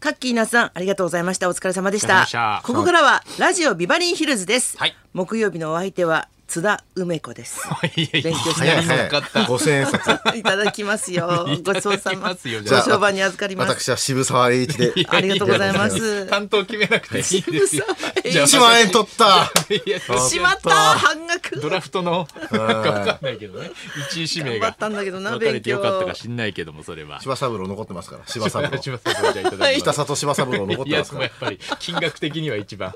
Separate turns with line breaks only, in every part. カッキーなさん、ありがとうございました。お疲れ様でし
お疲れ様
た。
でした
ここからは、ラジオビバリーヒルズです。
はい
木曜日のお相手は、津田梅子です。
いやいや
勉強し
早
なが
か早
ら。
いかった
五千円札。
いただきますよ。ごちそうさま。
いただきますよ
ご
じゃあ
商売に預かります。
私は渋沢栄一で。
ありがとうございます。
担当決めなくていいですよ。
じゃあ
一万円取った。
いや
しまった半額
ドラフトのなんかわかんないけどね一位指名
頑張
が
ったんだけどな
分かれてよかったか
勉強
知んないけどもそれは。
柴三郎残ってますから。柴三郎。
一番最初じゃあいただ きま
北
す
里柴三郎残っ
い
て
や
ます
そ
か
の
ら
やっ。ぱり金額的には一番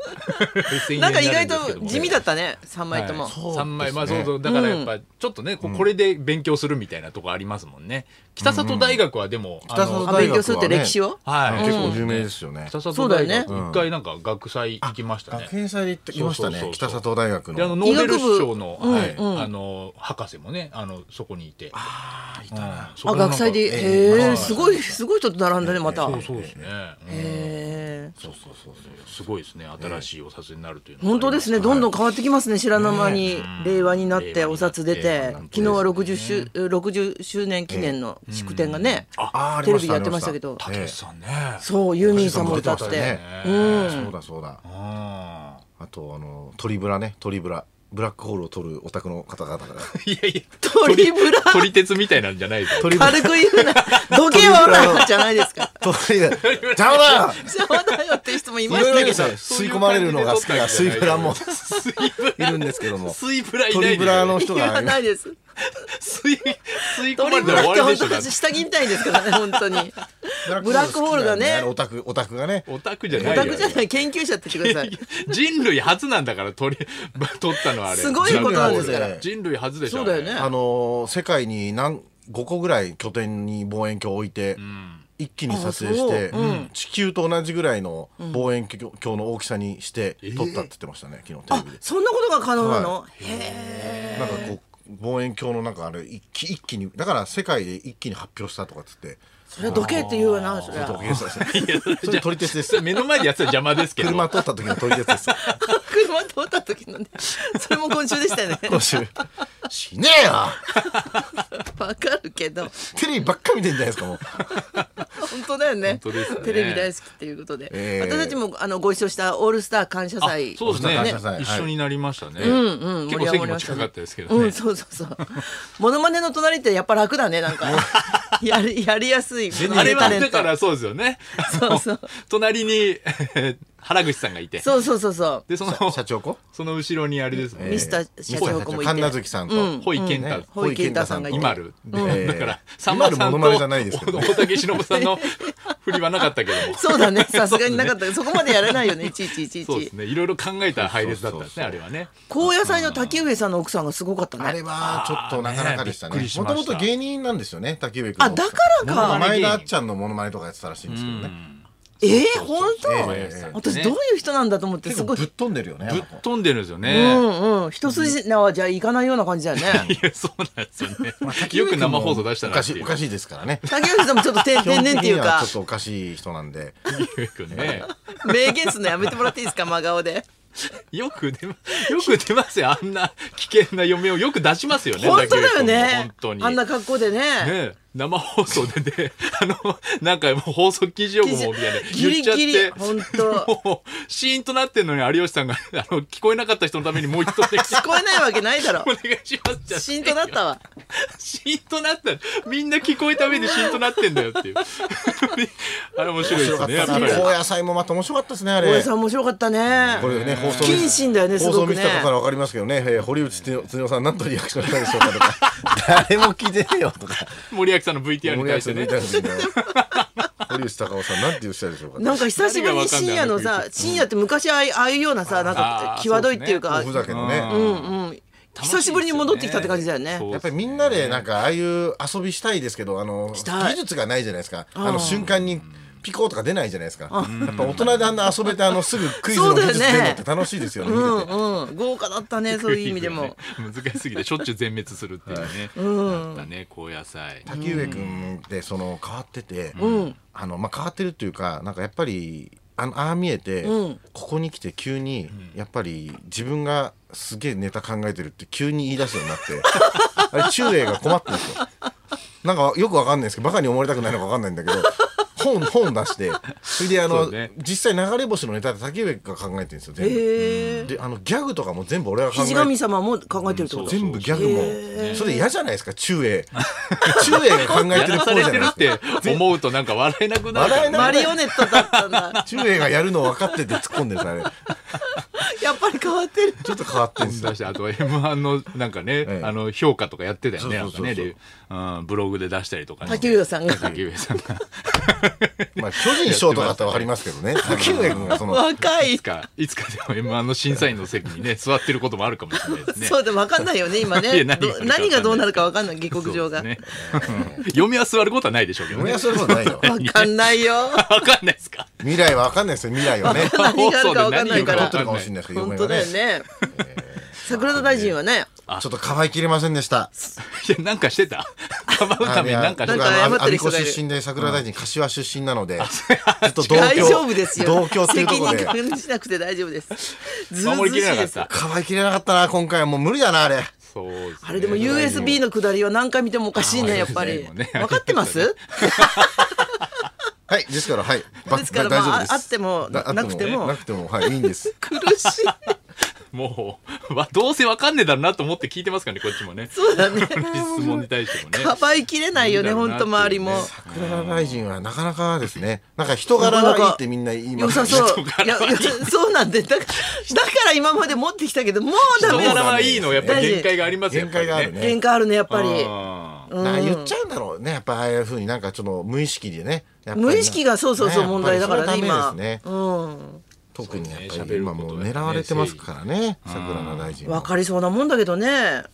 なんか意外と地味だ
っ
ったね三枚とも、
三枚まあそうそうだからやっぱちょっとねここれで勉強するみたいなとこありますもんね北里大学はでもあ
北里
の
あ勉強するって歴史を
はい
結構有名ですよね。
北
そう
里
だよ
大
ね
学一回なんか学祭行きましたね
学園祭で行ってきました
そう
ね。
そうそう
北里大学
であの
の。
ノーベル賞の、
医学部
はい
うんうん
あの博士もねあのそこにいてああいたな、そ
あ
こなん
学
か
祭で
え
へ
え
え
まあ
すごいすごい人と並んだねまた
そうそうですね、うん
へえ
そうそうそうそうすごいですね新しいお札になるというのが
本当ですねどんどん変わってきますね知らぬ間に
ね
令和になってお札出
令和に
て
なって
昨日は60周60周年記念の式典がね
あーあ
テ
り
レ
まし
ビ
た
やってましたけど
たけしさんね、
そうユーミンさんも歌っ
そう
て、
ね
うん
そうだそうだ。
あ
あとあの鳥ブラね鳥ブラ。ブラックホールを取るオタクの方々が。
ーいやいや
鳥ぶら
鳥鉄みたいなんじゃないですよ
鳥ブラ。
軽く言うなどけよなじゃないですか
鳥ブラ。邪魔だ。
そうだよって人もい
い
ました
ろいろ
け
ね
ど
吸い込まれるのが好きな水ブラも
水ブ
いるんですけども。
水ブラいないでし
鳥
ょ
ブラの人
いや
が
ないです
水水込ま
鳥
れ
ブ
たら
ラ
終
っ
わ
て本
りでし
当
ょだって
下着みたいですからね本当にブラックホールがね
オタクオタクがね
オタクじゃ
オ
ないよ
タクじゃない研究者って言ってください
人類初なんだから鳥取ったのはあれ
すごいことなんですから
人類初でしょ
そうだよね
あのー世界に何5個ぐらい拠点に望遠鏡を置いて、一気に撮影して
あ、そううん
地球と同じぐらいの望遠鏡の大きさにして撮ったって言ってましたね、昨日テレ
あ
ビで、
そんなことが可能なの、へえ
なんかこう望遠鏡のなんかあれ一気一気にだから世界で一気に発表したとかっつって
それはどけって言うわなそれ
ちょっと
は
計算して
いやそれ
それ撮り鉄で
そ
す
れ目の前でやってたら邪魔ですけど
車撮った時の撮り鉄です
車通った時のねそれも今週でしたよね
今週死ねえよ
わかるけど本
テレビばっか見てんじゃないですか もう
当だよね
本当ですね
テレビ大好きっていうことで、
ええ
私たちもあのご一緒した「オールスター感謝
あ
祭」
そうですね
お疲れ様でしたはい
一緒になりましたね、
うんうん
結構席も近かったですけどね、
うんそうそうそうモノマネの隣ってやっぱ楽だねなん かやりやりやすい
あれ
タ
は
レント
だからそうですよね
そうそう
あの隣に 原口さんがいて
そうそうそうそう
でその
社長子
その後ろにあれですね、
ミスター社長子もいて
神奈月さんと、
ほいけんた
ほいけんたさんがいて
イマル
う ん
だからさんまさんと
今のモノマネじゃな いですけどね
大竹しのぶさんの 振りはなかったけども
そうだねさすがになかったそこまでやらないよねいちいちいちい
そうで
ち
すねいろいろ考えた配列だったんですね
そ
あ
う
れはね
高野菜の竹上さんの奥さんがすごかった
あ
ね
れはちょっとなかなかでした
あーねびっく
ね
りし
も
ました
ともと芸人なんですよね竹上君
あだから
ら
か
か
前田あっちゃんのモノマネとかやってたらしいんですけどね
えー、本当、
ええ
私どういう人なんだと思って
結
すご
構
い
ぶっ飛んでるよね
ぶっ
あの子
飛んでるんですよ
う
ね、
んうん一筋縄じゃいかないような感じだよね
いやそうなんですよね、よく生放送出した
お
な
か
って
し
い
いうおかしいですからね
竹上さんもちょっと天
基
然
本的
って
に
いう
は
か
ちょっとおかしい人なんで
よくね
名言すんのやめてもらっていいですか真顔で
よく出まよく出ますよあんな危険な嫁をよく出しますよね
本当だよ
竹内君も
ね
本当に
あんな格好でね
ね生放送でね、 あの、なんかもう放送記事用語もみたいな
ギ
言
リ
っちゃっ
ギリ
て、
本当
もう、シーンとなってんのに有吉さんが、 あの、聞こえなかった人のためにもう一 度ね、
聞こえないわけないだろ
お願いしますじゃ
シーンとなったわ
シーンとなった。みんな聞こえた上でシーンとなってんだよ っていう。あれ面白いで
面白
す
かっ
ね、やったぱり
な。高野菜もまた面白かったですねあ
大江
れ
さん面白かったね
これね放送
不謹慎だよねす
放
ご
送
く
見
ね
てた方はわかりますけどね、えー堀内つよさん何とリアクションしたでしょ うかとか誰も聞いてねえよとか
森脇さんの VTR に
森
対
保
して
さん
ね
み。たいな時に堀内孝雄さん何て言ってたでしょうか
なんか久しぶりに深夜の
誰が
さ
わかんない
深夜って昔ああいうああいうようなさなんか
あー
際どいっていうか
おふざけのね、
うんうん久しぶりに戻ってきたって感じだよね
そう
やっぱりみんなでなんかああいう遊びしたいですけどあの
たい
技術がないじゃないですかあの瞬間にピコーとか出ないじゃないですかやっぱ大人であんな遊べてあのすぐクイズの技術出るのって楽しいですよね
うん
見てて
うん豪華だったね そういう意味 でも
難しすぎてしょっちゅう全滅するっていうね。うん。ったね、高野菜。
滝上君ってその変わっててあのまあ変わってるっていうかなんかやっぱりあのああ見えてここに来て急にやっぱり自分がすげえネタ考えてるって急に言い出すようになってあれ中英が困ってるんですよなんかよくわかんないですけどバカに思われたくないのかわかんないんだけど本本出してそれであ
そ
の、
うね
実際流れ星のネタって竹上が考えてるんですよ全部、
へえ
であのギャグとかも全部俺が考
肘
え
神
て
様も考えてるってこと
全部ギャグも、
へー
それ嫌じゃないですか中英 中英が考えてる
やら
っぽ
さ
いじ
れて
ゃない
る
です
っ
か
て思うとなんか 笑えなくなるから
笑えな
マリオネットだったんだ
中英がやるの分かってて突っ込んでるんですあれ
やっぱり変わ ってる
ちょっと変わってるんですよ
出してあと M1 のなんかね、
ええ
あの評価とかやってたよねな
そ
ん
う
か
そうそうそう
ねで、うん、ブログで出したりとかね
竹上さんが
竹上さんが
まあ巨人賞とかだったら分かりますけどね竹上君が その
若
い
い
つかいつかでも M1 の審査員の席 にね座ってることもあるかもしれないですね
そうで分かんないよね今
いや
ね
何があるか
ど何がどうなるか分かんない下克上が
そうですね読みは座ることはないでしょうけど
俺
ね
はそれことないよ
分かんないよ
わかんないですか
未来は分かんないですよ未来はね
何があるか分かんない
言う
か
こと
ら
ってるかもしれないですけど
本
嫁
当
が
だよ
ね
ね桜田大臣はね
あ
ちょっとかばいきれませんでした
いやなんかして たかばうためになんかして
なん
た
か
あの
謝ってる人
阿
がい
弥
る
子出身で桜大臣柏出身なのでずっと同 居
大丈夫ですよ
同居っていうと
責
ころ
任
で
感 じなくて大丈夫ですずう
守り
ず
き
うしい
れなか
で
っ
す
た
かばいきれなかったな今回はもう無理だなあれ
そうですね
あれでも USB の下りは何回見てもおかしいねやっぱり
あーありましたね
分かってます
はいですからはいば
ですから
大丈
まあ
夫です
あっても
だあ
なくても
なくてもはいいい んです
苦しい
もうわどうせわかんねえだろうなと思って聞いてますからねこっちもね
そうだね
この質問に対してもね
かばいきれないよね
いいんだろ
本
うな
当周りも
っていうね
桜田大臣はなかなかですねなんか人柄がいいってみんな言い
良
ま
さ
す
そう
人柄
いやいやそうなんでだからだから今まで持ってきたけどもうダ
人
メだ
柄はいいのやっぱり限界がありますよ
限界がある
やっ
ね
限界あるねやっぱ
ぱり
り
ね
だから言っちゃうんだろうねやっぱああいうふうになんかちょっと無意識でねやっぱりな
無意識がそうそうそう
ね
問題だからね
やっぱりそれは
今
ダメですね
うん
特にやっ
そ
ぱ
うね
り今もう狙われてますからね桜田大臣
分
は
かりそうなもんだけどね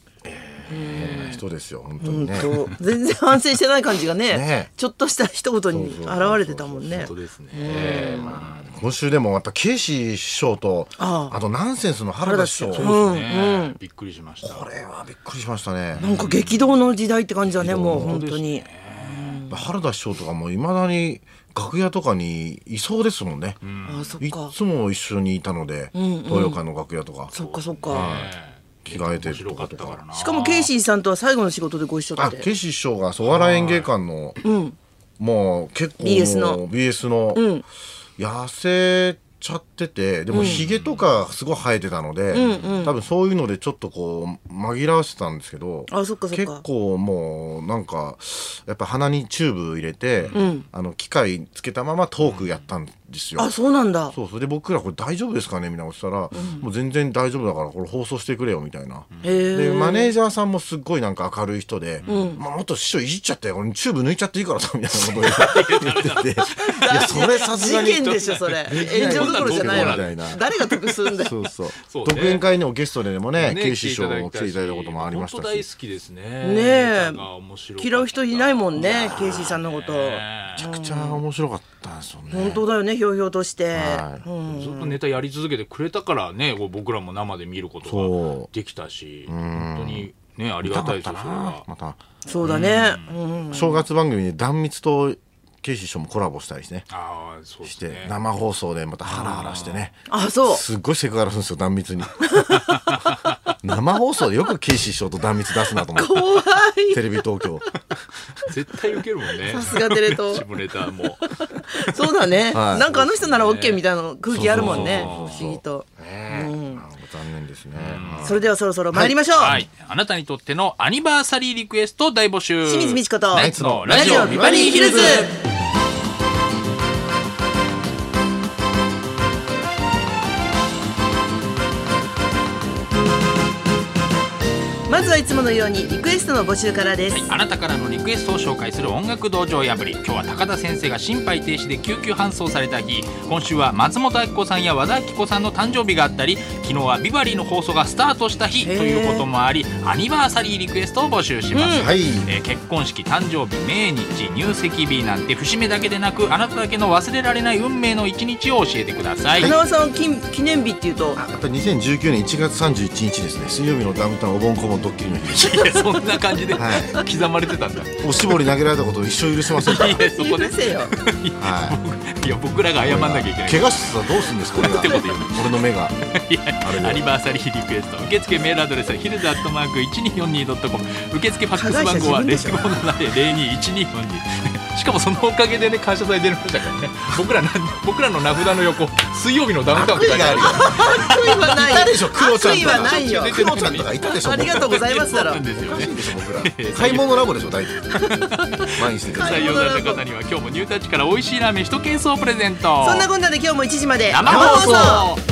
変な人ですよ本当
うん
にね
と全然反省してない感じがね
ね
ちょっとした一言に現れてたもん
うん
ね
本当ですねまあ
今週でもやっぱケイシー師匠と
ああ
あとナンセンスの原田師匠
原田師
こ
匠
そうですねびっくりしました
れはびっくりしましたね
なんか激動の時代って感じだねもう本当に
原田師匠とかもいまだに楽屋とかにいそうですもんね
あそっ
い
か
つも一緒にいたので東洋館の楽屋とか
そっかそっか
着替えて
面
ると
白か
か
っ
と
たから
か
な
しかもケイシーさんとは最後の仕事でご一緒っ
あ
て
ケイシー師匠がそうお笑い演芸館のもう結構
BS の
もう BS の痩せちゃっててでもひげとかすごい生えてたので多分そういうのでちょっとこう紛らわせてたんですけど
あそっかそっか
結構もうなんかやっぱ鼻にチューブ入れてあの機械つけたままトークやったんですよ。
あそうなんだ
そうそれで僕らこれ大丈夫ですかねみたいなことしたら、もう全然大丈夫だからこれ放送してくれよみたいな、
へ
で
え
マネージャーさんもすっごいなんか明るい人で、まあ、もっと師匠いじっちゃって俺チューブ抜いちゃっていいからさみたいなことを言ってて いやそれさすが
事
に
件でしょそれ
き ない
炎上どころじゃないわ
みたいな
誰が得すんだよ
そうそう
そうね
独演会にもゲストでもね
ね
慶師匠も
来
来
て
て
い
い
た
た
だいた
だいた
こ
ことと
も
も
あ
あ
り
り
ま
ま
し
したた
し大
し
好きですね
ねえ
ネタが面白かった
嫌う人いないもんねケイシーさんのこと
ねえ
めちゃくちゃ面白かったんですよね
本当だよねひょうひょうとして
はい
うん
ずっとネタやり続けてくれたからねこう僕らも生で見ることが
そ
できたし本当にねありがたいですよそれは
また
そうだねうん
正月番組で壇蜜と慶師匠もコラボしたりしてね
ああそうで
し
す
て
ね
生放送でまたハラハラしてね
あそう
すっごいセクハラするんですよ断密に生放送でよく警視師匠と断密出すなと思って
怖い
テレビ東京
絶対受けるもんね
さすがテレ東
下ネタも
そうだね
はい
なんかあの人なら OK みたいな空気あるもんね
そうそうそうそう
不思議と
ねえなんか残念ですね
それではそろそろ参りましょう
はいあなたにとってのアニバーサリーリクエスト大募集
清水美智子と
ナイツのラジオビバリーヒルズ
まずはいつものようにリクエストの募集からです、
あなたからのリクエストを紹介する音楽道場破り今日は高田先生が心肺停止で救急搬送された日今週は松本明子さんや和田アキ子さんの誕生日があったり昨日はビバリーの放送がスタートした日と
へー
いうこともありアニバーサリーリクエストを募集します、
はい
えー結婚式誕生日命日入籍日なんて節目だけでなくあなただけの忘れられない運命の一日を教えてください、
花輪さん記記念日っていうと
あやっぱり2019年1月31日ですね水曜日のダウンタウンお盆こぼんドッキリの日です
いやそんな感じで
はい
刻まれてたんだ、い
おしぼり投げられたことを一生許せませんから
やそこ
許
で
せよ
はい
や僕らが謝んなきゃいけない
い怪我してたらどうするんですか俺が
てことよ
俺の目が
いやアニバーサリーリクエスト受付メールアドレスはヒルズアットマーク 1242.com 受付ファックス番号は
加害者自分でしょ
0570021242 しかもそのおかげでね感謝祭出れましたからね僕らな僕らの名札の横水曜日のダウンタウンって書いてあるよ
悪意はない
いたでしょクロちゃんとか
悪意はないよ
クロちゃんとかいたでしょ
ありがとうございますだろ
そうなんですよね
僕ら買い物ラボでしょ大体毎日出てる
採用された方には今日もニュータッチから美味しいラーメン一ケースをプレゼント
そんなこんなで今日も1時まで
生放送